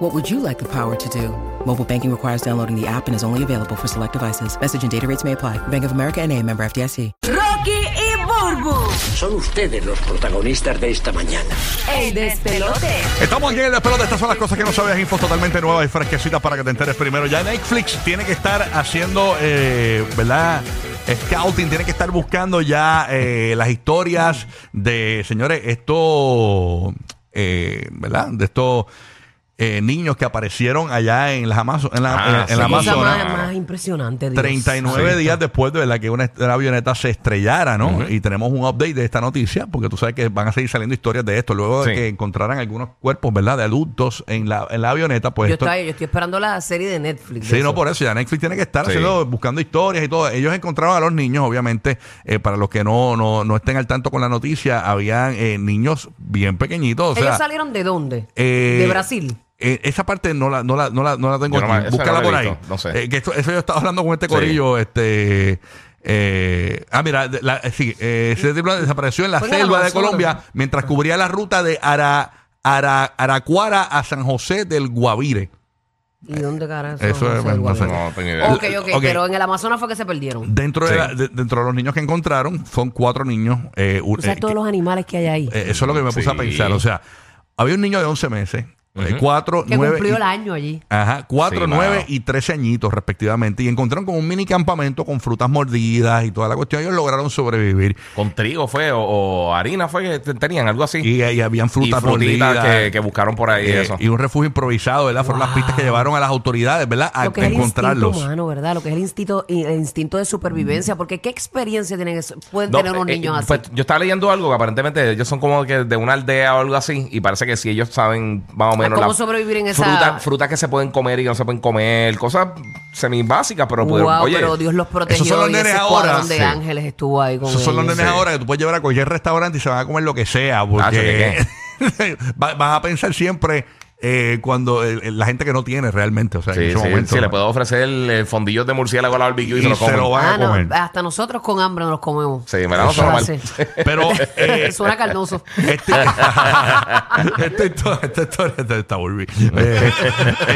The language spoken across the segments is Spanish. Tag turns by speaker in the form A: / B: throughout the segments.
A: What would you like the power to do? Mobile banking requires downloading the app and is only available for select devices. Message and data rates may apply. Bank of America and a member FDIC.
B: Rocky y Burbu.
C: Son ustedes los protagonistas de esta mañana.
B: El despelote.
D: Estamos aquí en el despelote. Estas son las cosas que no sabías. Infos totalmente nuevas y fresquecitas para que te enteres primero. Ya Netflix tiene que estar haciendo, eh, ¿verdad? Scouting, tiene que estar buscando ya eh, las historias de, señores, esto, eh, ¿verdad? De estos eh, niños que aparecieron allá en las Amazo- en la,
E: Ah,
D: en- en la
E: sí. Esa
F: cosa
D: Amazonas.
F: más, más impresionante, Dios.
D: 39
E: Sí.
D: días después de la que una, una avioneta se estrellara, ¿no? Y tenemos un update de esta noticia, porque tú sabes que van a seguir saliendo historias de esto. Luego de
E: Sí.
D: que encontraran algunos cuerpos, ¿verdad? De adultos en la, en la avioneta, pues
F: Yo,
D: esto-
F: estaba- yo estoy esperando la serie de Netflix. de
D: Sí, no
F: eso.
D: por eso, ya Netflix tiene que estar
E: Sí.
D: haciendo, buscando historias y todo. Ellos encontraron a los niños, obviamente, eh, para los que no, no, no estén al tanto con la noticia, habían eh, niños bien pequeñitos. O
F: ¿Ellos
D: sea,
F: salieron de dónde?
D: eh,
F: de Brasil.
D: eh, esa parte no la, no la, no la, no la tengo
E: Yo no
D: aquí.
E: me- esa
D: Búscala
E: no la
D: por
E: he
D: ahí.
E: visto, no sé.
D: Eh, que esto- eso yo estaba hablando con este corillo. Este, eh, ah, mira, de- la- eh, sí, eh, ese tipo desapareció en la
F: Fue en la
D: selva de
F: Amazonas.
D: Colombia mientras cubría la ruta de Ara, Ara, Aracuara a San José del Guavire.
F: ¿Y dónde carajo?
D: eh, eso es-
F: se
D: no
F: guardaron?
D: sé.
E: No, tengo idea.
F: Ok, ok,
D: Ok. Eh,
F: pero en el Amazonas fue que se perdieron.
D: Dentro, de,
E: Sí.
D: la- de- dentro de los niños que encontraron, son cuatro niños. eh, u-
F: O sea,
D: eh,
F: todos
D: que-
F: los animales que hay ahí.
D: eh, eso es lo que me puse a
E: Sí.
D: pensar. O sea, había un niño de 11 meses, eh, cuatro,
F: que
D: nueve
F: cumplió
D: y-
F: el año allí.
D: Ajá, 4,
E: Sí,
D: 9
E: mano.
D: y 13 añitos respectivamente. Y encontraron como un mini campamento con frutas mordidas y toda la cuestión. Ellos lograron sobrevivir.
E: Con trigo fue o, o harina fue que te- tenían, algo así.
D: Y, ahí habían
E: Y,
D: frutas
E: frutitas
D: mordidas.
E: que, que buscaron por ahí.
D: eh,
E: eso.
D: y un refugio improvisado, ¿verdad? Fueron las pistas que llevaron a las autoridades, ¿verdad? A,
F: Lo que es
D: a
F: el instinto
D: encontrarlos.
F: humano, ¿verdad? Lo que es el instinto, eh, el instinto de supervivencia. Porque ¿qué experiencia tienen eso? pueden
E: No,
F: tener unos
E: eh,
F: niños
E: eh,
F: así?
E: pues, yo estaba leyendo algo que aparentemente ellos son como que de una aldea o algo así y parece que si ellos saben más o menos
F: cómo
E: la-
F: sobrevivir en esa-
E: fruta- frutas que se pueden comer y que no se pueden comer, cosas semi básicas, pero pudieron-
F: wow,
E: oye,
F: pero Dios los protegió.
D: esos son los
F: y
D: nenes
F: ese
D: ahora.
F: escuadrón de
D: Sí.
F: ángeles estuvo ahí con
D: Esos son los
F: ellos.
D: nenes ahora que tú puedes llevar a cualquier restaurante y se van a comer lo que
E: Ah,
D: sea. Porque va- vas a pensar siempre eh, cuando eh, la gente que no tiene realmente. O sea, en
E: sí,
D: ese
E: sí,
D: momento.
E: sí, le puedo ofrecer eh, fondillos de murciélago al barbecue y,
D: Y
E: se lo
D: se lo
E: comen.
D: van a
F: Ah, no,
D: comer.
F: hasta nosotros con hambre nos los comemos.
E: Sí, me la vamos
F: Eso
E: a
F: va
E: tomar.
F: ser.
D: Pero eh,
F: Suena carnoso.
D: Este- esta, historia, esta historia- esta- esta volví. Eh,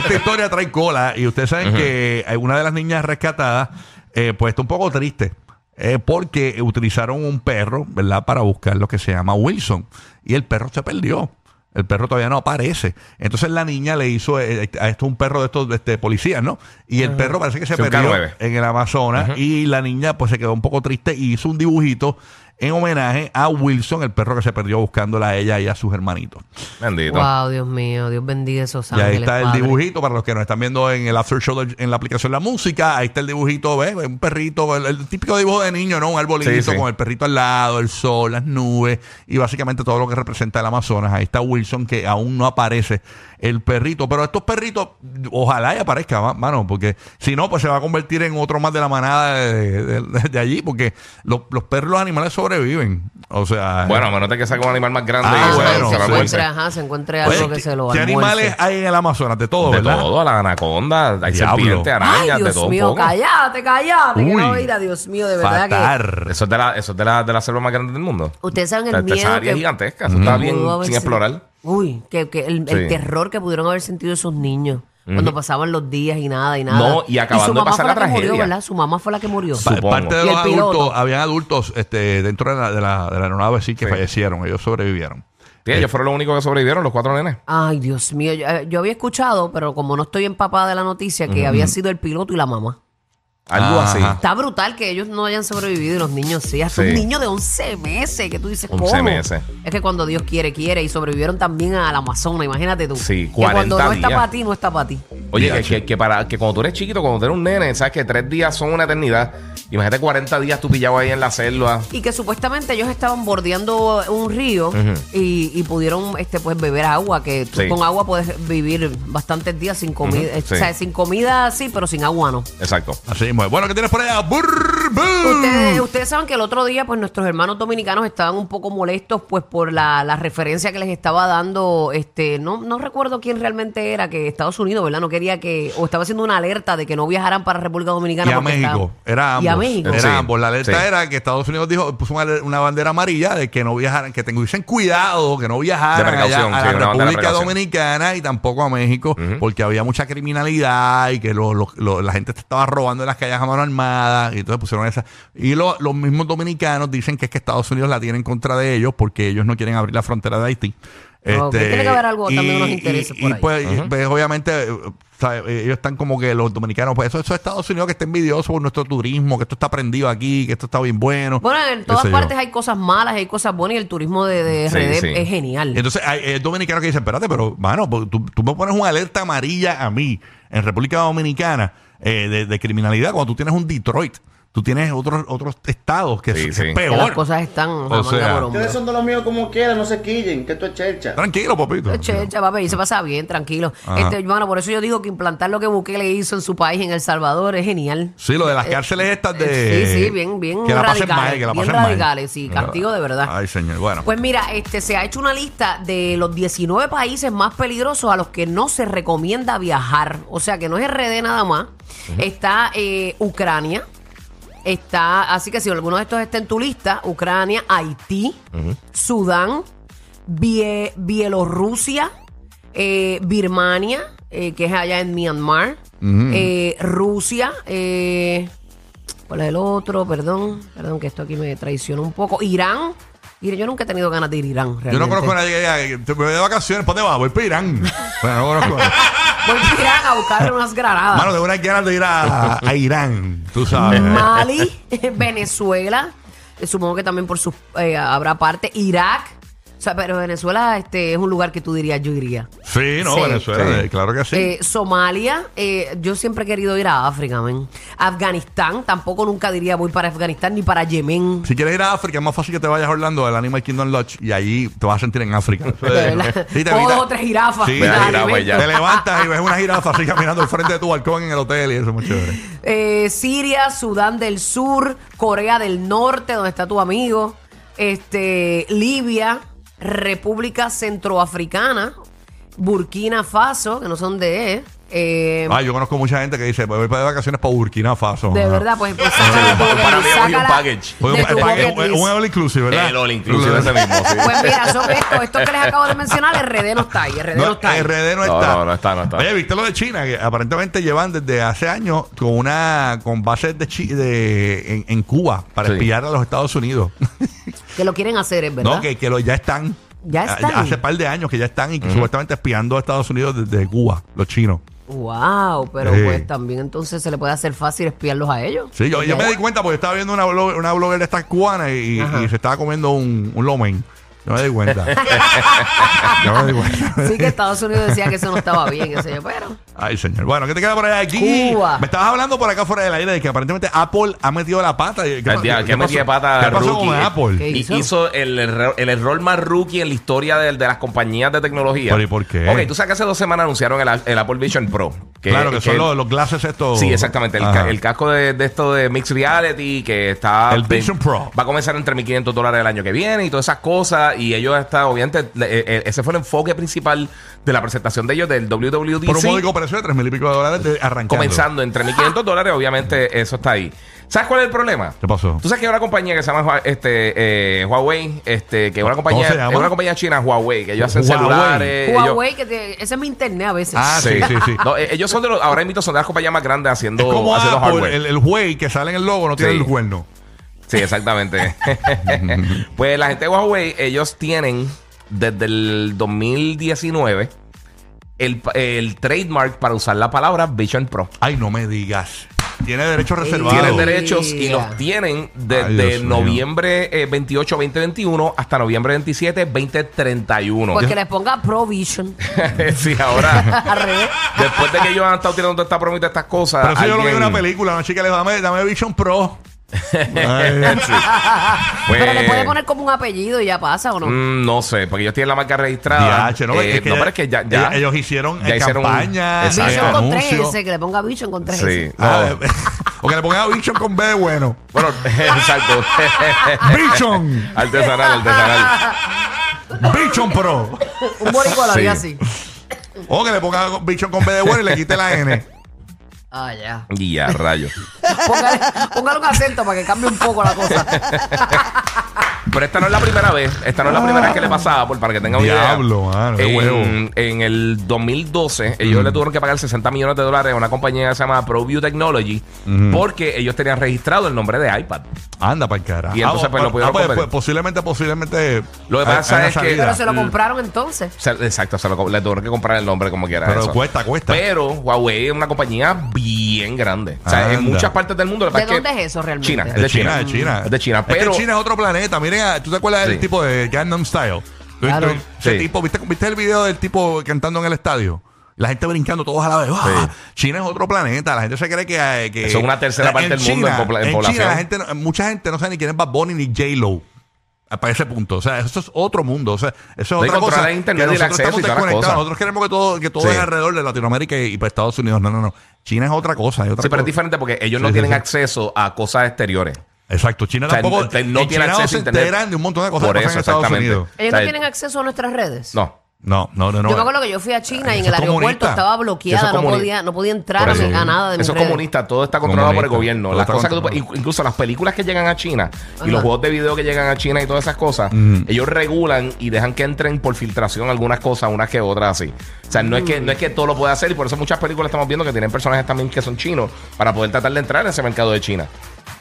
D: esta historia trae cola y ustedes saben que eh, una de las niñas rescatadas eh, pues está un poco triste eh, porque utilizaron un perro, ¿verdad? Para buscar lo que se llama Wilson y el perro se perdió. El perro todavía no aparece. Entonces la niña le hizo eh, a esto un perro de estos este, policías, ¿no? Y el perro parece que se
E: Sí, un
D: perdió
E: K9.
D: en el Amazonas y la niña pues se quedó un poco triste y hizo un dibujito en homenaje a Wilson, el perro que se perdió buscándola a ella y a sus hermanitos.
E: Bendito.
F: Wow, Dios mío, Dios bendiga esos
D: y ahí
F: ángeles.
D: está
F: Padre.
D: el dibujito para los que nos están viendo en el after show del- en la aplicación La Música. Ahí está el dibujito, ¿ves? Un perrito, el, el típico dibujo de niño, ¿no? Un arbolito
E: Sí, sí.
D: con el perrito al lado, el sol, las nubes y básicamente todo lo que representa el Amazonas. Ahí está Wilson que aún no aparece el perrito. Pero estos perritos, ojalá y aparezca, ma- mano, porque si no, pues se va a convertir en otro más de la manada de, de- de- de allí, porque los, los perros, los animales sobreviven. O sea,
E: Bueno, a menos de que saque un animal más grande
D: Ah,
E: y
F: Ah,
E: se-
D: bueno,
E: se
F: se
E: lo
F: encuentre,
E: almuerce.
F: ajá, se encuentre
D: Oye,
F: algo que
D: ¿qué-
F: se lo
D: ¿Qué
F: almuerce.
D: animales hay en el Amazonas? De todo,
E: De
D: ¿verdad?
E: todo, las anacondas, hay
D: Diablo.
E: serpientes,
F: Ay,
E: arañas, de
F: Dios
E: todo un
F: mío,
E: poco.
F: cállate, cállate, que
D: Uy.
F: no oír a Dios mío, de verdad que.
D: Fatar.
E: Eso es de la, eso es de la, de la selva más grande del mundo.
F: Ustedes saben el
E: Esta- esta
F: miedo
E: área es
F: que-
E: gigantesca, eso está bien
F: pudo haber
E: sin
F: sido-
E: explorar.
F: Uy, que, que el, el
E: Sí.
F: terror que pudieron haber sentido esos niños cuando pasaban los días y nada y nada.
E: No, y acabando
F: su
E: de
F: mamá
E: pasar
F: fue
E: la
F: que murió,
E: tragedia.
F: ¿verdad? Su mamá fue la que murió.
D: Pa-
E: Supongo.
D: Parte de
F: Y
D: los
F: el piloto.
D: adultos, habían adultos este, dentro de la, de la, de la aeronave sí que
E: Sí.
D: fallecieron, ellos sobrevivieron.
E: Sí, ellos fueron los únicos que sobrevivieron, los cuatro nenes.
F: Ay, Dios mío, yo, eh, yo había escuchado, pero como no estoy empapada de la noticia, que había sido el piloto y la mamá.
E: Algo
D: Ajá.
E: así.
F: Está brutal que ellos no hayan sobrevivido y los niños sí. Hasta
E: Sí.
F: un niño de 11 meses que tú dices,
E: 11
F: ¿cómo?
E: meses.
F: Es que cuando Dios quiere, quiere. Y sobrevivieron también al Amazonas, imagínate tú.
E: Sí,
F: Que cuando
E: 40
F: no está
E: días.
F: para ti, no está para ti.
E: Oye,
D: Ya,
E: que,
D: che.
E: que- que para, que cuando tú eres chiquito, cuando tú eres un nene, sabes que tres días son una eternidad. Imagínate 40 días tú pillado ahí en la selva.
F: Y que supuestamente ellos estaban bordeando un río y, y pudieron este pues beber agua, que tú
E: Sí.
F: con agua puedes vivir bastantes días sin comida,
E: Ujú, sí.
F: o sea, sin comida sí, pero sin agua no.
E: Exacto.
D: Así mismo es. Bueno, ¿qué tienes por allá? Burr, burr.
F: Ustedes, ustedes saben que el otro día, pues nuestros hermanos dominicanos estaban un poco molestos, pues por la, la referencia que les estaba dando, este, no, no recuerdo quién realmente era, que Estados Unidos, ¿verdad? No quería que, o estaba haciendo una alerta de que no viajaran para República Dominicana.
D: Y a
F: porque
D: México.
F: estaban-
D: Era ambos.
F: Y a México.
D: Era
E: Sí,
D: ambos. La alerta
E: sí.
D: era que Estados Unidos dijo, puso una, una bandera amarilla de que no viajaran, que tuviesen cuidado, que no
E: De
D: viajaran allá
E: precaución,
D: a
E: sí,
D: la
E: una bandera de
D: República
E: precaución.
D: Dominicana y tampoco a México, porque había mucha criminalidad y que lo- lo- lo- la gente se estaba robando en las calles a mano armada. Y entonces pusieron esa. Y lo- los mismos dominicanos dicen que es que Estados Unidos la tiene en contra de ellos porque ellos no quieren abrir la frontera de Haití. Este,
F: Ok, tiene que haber algo, también unos intereses
D: y-
F: por
D: y,
F: ahí.
D: pues, pues, obviamente, eh, sabe, eh, ellos están como que los dominicanos, pues eso, eso es Estados Unidos que está envidioso por nuestro turismo, que esto está prendido aquí, que esto está bien bueno.
F: Bueno, en
D: qué
F: todas
D: sé yo.
F: partes hay cosas malas, hay cosas buenas y el turismo de, de
E: Sí,
F: RD
E: sí.
F: es genial.
D: Entonces, hay, hay dominicanos que dicen, espérate, pero, mano, pues, tú, tú me pones una alerta amarilla a mí en República Dominicana eh, de, de criminalidad cuando tú tienes un Detroit, tú tienes otros otros estados que
E: Sí,
D: es,
E: sí.
D: es
E: Que
F: Que
D: peor.
F: las cosas están jamanga
D: sea,
F: por hombro.
G: Ustedes son de los míos como quieran, no se quillen, que esto es chercha.
D: Tranquilo, papito.
F: Che, che, papi, y se pasa bien, tranquilo.
D: Ah. Ajá.
F: Este, hermano, por eso yo digo que implantar lo que Bukele hizo en su país, en El Salvador, es genial.
D: Sí, lo de las cárceles estas de.
F: Eh, sí, sí, bien, bien
D: Que la pasen
F: radicales,
D: mal, que la
F: bien
D: pasen mal.
F: radicales, sí, castigo de verdad.
D: Ay, señor, bueno.
F: Pues mira, este se ha hecho una lista de los 19 países más peligrosos a los que no se recomienda viajar. O sea, que no es RD nada más. Está eh, Ucrania. Está, así que si alguno de estos está en tu lista, Ucrania, Haití, Sudán, Bie- Bielorrusia, eh, Birmania, eh, que es allá en Myanmar, eh, Rusia, eh, ¿Cuál es el otro? Perdón, perdón que esto aquí me traicionó un poco. Irán. Mire, yo nunca he tenido ganas de ir a Irán. Realmente.
D: Yo no conozco a nadie que diga, eh, te- me voy de vacaciones, ¿para dónde vas? Voy para Irán. bueno, no conozco.
F: Voy a Irán a buscarle unas granadas.
D: Mano, tengo una ganas de ir a, a Irán, tú sabes.
F: Mali, Venezuela. eh, Supongo que también por sus eh, habrá parte. Irak. O sea, pero Venezuela este, es un lugar que tú dirías, yo iría.
D: Sí, no,
F: Sí.
D: Venezuela, eh, claro que sí.
F: Eh, Somalia, eh, yo siempre he querido ir a África, men. Afganistán, tampoco nunca diría voy para Afganistán ni para Yemen.
D: si quieres ir a África, es más fácil que te vayas a Orlando al Animal Kingdom Lodge y allí te vas a sentir en África.
F: De verdad.
D: Sí, te
F: Como
D: evitas-
F: dos o tres jirafas.
D: Sí,
F: Dale,
E: la jirafa
F: ven.
E: y ya.
D: te levantas y ves una jirafa así caminando al frente de tu balcón en el hotel y eso es muy chévere.
F: Eh, Siria, Sudán del Sur, Corea del Norte, donde está tu amigo, este, Libia, República Centroafricana, Burkina Faso, que no son de... Eh,
D: Ah, yo conozco mucha gente que dice, "Pues voy para de vacaciones para Burkina Faso.
F: de
D: Ajá.
F: verdad, pues, pues
E: Para
F: sácala, porque
E: mí es un
F: sácala
E: package.
D: Oye,
F: de
D: un-
F: tu
D: pa-
F: bucket
D: Pues, un,
F: list.
D: un all inclusive, ¿verdad?
E: El all Eh, inclusive ese mismo. sí.
F: Pues mira, son estos, estos que les acabo de mencionar, RD no está ahí, RD no,
D: No,
F: está ahí.
D: RD no,
E: No,
D: está.
E: no, no está, no está.
D: Oye, viste lo de China, que aparentemente llevan desde hace años con una con bases de, Chi- de en, en Cuba para
E: Sí.
D: espiar a los Estados Unidos.
F: Que lo quieren hacer, es verdad.
D: No, que, que lo- ya están.
F: Ya
D: Ah,
F: están.
D: Hace par de años que ya están y que supuestamente espiando a Estados Unidos desde Cuba, los chinos.
F: Wow, pero
D: Sí.
F: pues también entonces se le puede hacer fácil espiarlos a ellos.
D: Sí, yo, yo me di cuenta porque estaba viendo una, blog- una blogger de estas cubanas y, y se estaba comiendo un, un lomen. Yo me di cuenta. yo me di cuenta.
F: Sí que Estados Unidos decía que eso no estaba bien, qué sé yo, pero...
D: Ay, señor. Bueno, ¿qué te queda por allá aquí?
F: Cuba.
D: Me estabas hablando por acá fuera del aire de que aparentemente Apple ha metido la pata. ¿Qué,
E: El día que metí de pata
D: ¿Qué pasó
E: rookie.
D: con Apple?
F: ¿Qué
E: Y
F: hizo?
E: hizo, el, error, el error más rookie en la historia de, de las compañías de tecnología.
D: Pero, ¿y por qué?
E: Ok, tú sabes que hace dos semanas anunciaron el, el Apple Vision Pro.
D: claro, que, son los, los glasses estos.
E: Sí, exactamente. El,
D: Ajá.
E: ca- el casco de, de esto de Mixed Reality que está.
D: El Vision
E: de-
D: Pro.
E: Va a comenzar entre 1.500 dólares el año que viene y todas esas cosas. Y ellos, hasta, obviamente, le- eh, eh, ese fue el enfoque principal de la presentación de ellos del WWDC.
D: Por un módico precio de tres mil y pico de dólares de, arrancando.
E: comenzando entre 1.500 dólares, obviamente, eso está ahí. ¿Sabes cuál es el problema?
D: ¿Qué pasó?
E: Tú sabes que hay una compañía que se llama Hua- este, eh, Huawei, este, que es una compañía,
D: se llama?
E: es una compañía china, Huawei, que ellos hacen
D: Huawei.
E: celulares. ellos-
F: Huawei, que te- ese es mi internet a veces.
D: Ah, sí, sí, sí.
E: No, eh, ellos son de los, ahora invito son de las compañías más grandes haciendo,
D: Es como
E: haciendo
D: Apple, el, el Huawei que sale en el logo no tiene
E: Sí.
D: el cuerno.
E: Sí, exactamente. pues la gente de Huawei, ellos tienen desde el 2019 el, pa- el trademark para usar la palabra Vision Pro.
D: Ay, no me digas. Tiene derechos reservados.
E: Tienen
F: Wow.
E: derechos y
F: Yeah.
E: los
D: Ay,
E: tienen desde
D: Dios mío.
E: noviembre eh, 28, 2021 hasta noviembre 27, 2031.
F: Porque les ponga provision.
E: sí, ahora,
F: Al revés.
E: después de que ellos han estado tirando esta promesa, estas cosas.
D: Pero eso yo lo vi en
E: alguien-
D: una película, una chica le dijo, dame, dame Vision Pro. Ay,
E: Sí.
F: Pero le
E: Pues,
F: puede poner como un apellido y ya pasa, ¿o no?
E: mm, no sé, porque ellos tienen la marca registrada.
D: diache, no,
E: Eh,
D: es que
E: no,
D: ya-
E: pero es que ya, ya-
D: ellos- ellos hicieron, eh,
E: un-
D: campaña,
E: Exacto.
F: Vision con tres
D: anuncio.
F: S, que le ponga Vision con tres
E: Sí.
F: S.
E: no.
D: Ah, o que le pongan a Vision con B de bueno.
E: Bueno, exacto.
D: Vision,
E: artesanal, artesanal.
D: Vision Pro.
F: Un boricua lo haría
E: Sí.
F: así.
D: O que le pongan Vision con B de bueno y le quite la N.
F: Ah, ya.
E: Y a rayos.
F: Póngale, póngale un acento para que cambie un poco la cosa.
E: Pero esta no es la primera vez. Esta no es la primera vez que le pasaba, por, para que tengan una
D: Ah. Diablo,
E: idea.
D: mano, qué
E: en,
D: huevo.
E: en el 2012, ellos le tuvieron que pagar 60 millones de dólares a una compañía que se llama ProView Technology porque ellos tenían registrado el nombre de iPad.
D: Anda para el carajo. Ah,
E: Y entonces, pues, lo pudieron convertir.
D: posiblemente, posiblemente.
E: Lo que
D: hay-
E: pasa
D: hay una
E: es que-
D: salida.
F: Pero se
E: Mm.
F: lo compraron entonces.
E: O sea, exacto, se lo- le tuvieron que comprar el nombre como quiera.
D: Pero
E: eso.
D: cuesta, cuesta.
E: Pero Huawei es una compañía bien grande. O sea,
D: Anda.
E: en muchas partes del mundo. lo que
F: ¿De
E: pasa
F: dónde es eso realmente?
E: China, es
D: de,
E: de
D: China,
E: China.
D: de China.
E: Es de China,
D: Es que
E: pero-
D: China es otro planeta. Miren, a- ¿tú te acuerdas del
E: Sí.
D: tipo de Gangnam Style? Tú-
F: Claro.
D: tú- Ese
E: Sí.
D: tipo, ¿viste, ¿viste el video del tipo cantando en el estadio? La gente brincando todos a la vez. ¡Wow!
E: Sí.
D: China es otro planeta. La gente se cree que. eh, que-
E: Eso es una tercera parte del mundo en popla- en población.
D: China, la gente, no- mucha gente no sabe ni quién es Bad Bunny ni J-Lo. Ah, Para ese punto. O sea, eso es otro mundo. O sea, eso es
E: No hay
D: otra
E: control
D: cosa.
E: de internet
D: que
E: y el
D: nosotros
E: acceso
D: estamos
E: y todas las
D: desconectados.
E: cosas.
D: Nosotros queremos que todo, que todo
E: Sí.
D: es alrededor de Latinoamérica y, y para Estados Unidos. No, no, no. China es otra cosa. es otra
E: Sí, pero es
D: cosa.
E: diferente porque ellos no
D: Sí, sí,
E: tienen
D: sí.
E: acceso a cosas exteriores.
D: Exacto, China
E: O sea,
D: tampoco.
E: no tiene
D: en China
E: acceso
D: no
E: a
D: se
E: internet.
D: enteran de un montón de cosas
E: Por
D: que pasan
E: eso,
D: en Estados
E: exactamente.
D: Unidos.
F: Ellos
E: O
F: no
E: sea,
F: tienen acceso a nuestras redes.
E: No.
D: No, no, no, no.
F: Yo me acuerdo que yo fui a China y en
D: Eso
F: el
D: es
F: aeropuerto
D: comunista.
F: estaba
E: Eso
F: bloqueada,
E: es
F: no
E: comuni-
F: podía, no podía entrar
E: Por
F: a,
E: eso.
F: mi- a nada de mis
E: Eso es
F: redes.
E: comunista, todo está controlado por el
D: Comunista.
E: gobierno.
D: Todo
E: Las
D: está
E: cosas que tú-
D: controlado.
E: incluso las películas que llegan a China y
F: Ajá.
E: los juegos de video que llegan a China y todas esas cosas, ellos regulan y dejan que entren por filtración algunas cosas, unas que otras así. O sea, no es que no es que todo lo pueda hacer y por eso muchas películas estamos viendo que tienen personajes también que son chinos para poder tratar de entrar en ese mercado de China.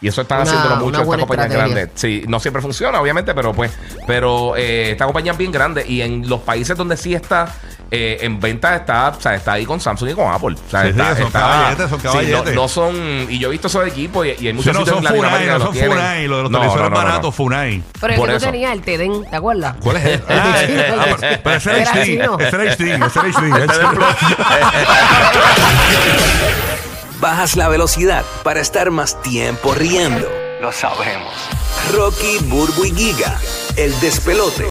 E: Y eso están
F: Una-
E: haciéndolo
F: una
E: mucho estas
F: buena
E: compañías
F: estrategia.
E: grandes. Sí, no siempre funciona, obviamente, pero pues, pero eh, esta compañía es bien grande y en los países donde sí está eh, en venta está, o sea, está ahí con Samsung y con Apple. O sea,
D: Sí, sí,
E: está,
D: son
E: está-
D: caballetes, son
E: sí,
D: caballetes.
E: no, no son. Y yo he visto esos equipos y, y hay
D: Sí,
E: muchos
D: no
E: sitios
D: son
E: en
D: Funai, no
E: Latinoamérica que
D: son
E: los tienen.
D: Funai, lo de los
E: No,
D: televisores
E: no, no, no.
D: baratos, Funai.
F: Pero el
E: Por
F: que tú
E: eso.
F: tenías el Teden, ¿te acuerdas?
D: ¿Cuál es el? Ah,
F: Sí,
D: eh, ah, pero- pero ese era
F: Era
D: Sting,
F: chino.
D: ese era Sting, ese era Sting,
E: Este
D: ese era-
H: Bajas la velocidad para estar más tiempo riendo. Lo sabemos. Rocky, Burbu y Giga, el despelote.